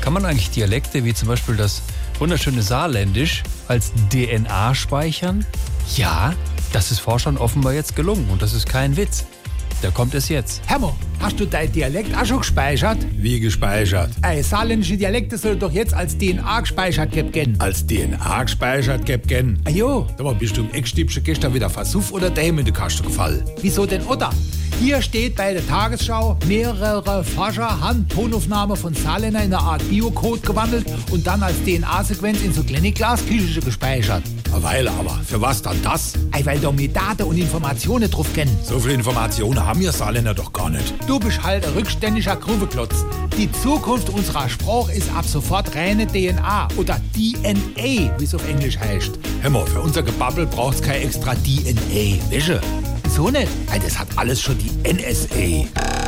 Kann man eigentlich Dialekte wie zum Beispiel das wunderschöne Saarländisch als DNA speichern? Ja, das ist Forschern offenbar jetzt gelungen und das ist kein Witz. Da kommt es jetzt. Hermo, hast du dein Dialekt auch schon gespeichert? Wie gespeichert? Ein saarländischer Dialekt das soll doch jetzt als DNA gespeichert werden. Als DNA gespeichert, gäb gern. Ah jo, Da war bist du im Eckstübchen gestern wieder versuff oder daheim in der Kaste gefallen? wieso denn oder? Hier steht bei der Tagesschau, mehrere Forscher haben Tonaufnahme von Saarländer in eine Art Biocode gewandelt und dann als DNA-Sequenz in so kleine Glasküche gespeichert. Eine Weile aber. Für was dann das? Ei, weil da mit Daten und Informationen drauf kennen. So viel Informationen haben wir Saarländer doch gar nicht. Du bist halt ein rückständiger Grooveklotz. Die Zukunft unserer Sprache ist ab sofort reine DNA oder DNA, wie es auf Englisch heißt. Hämmer, für unser Gebabbel braucht's kein extra DNA. Wäsche. So nicht. Ey, Das hat alles schon die NSA.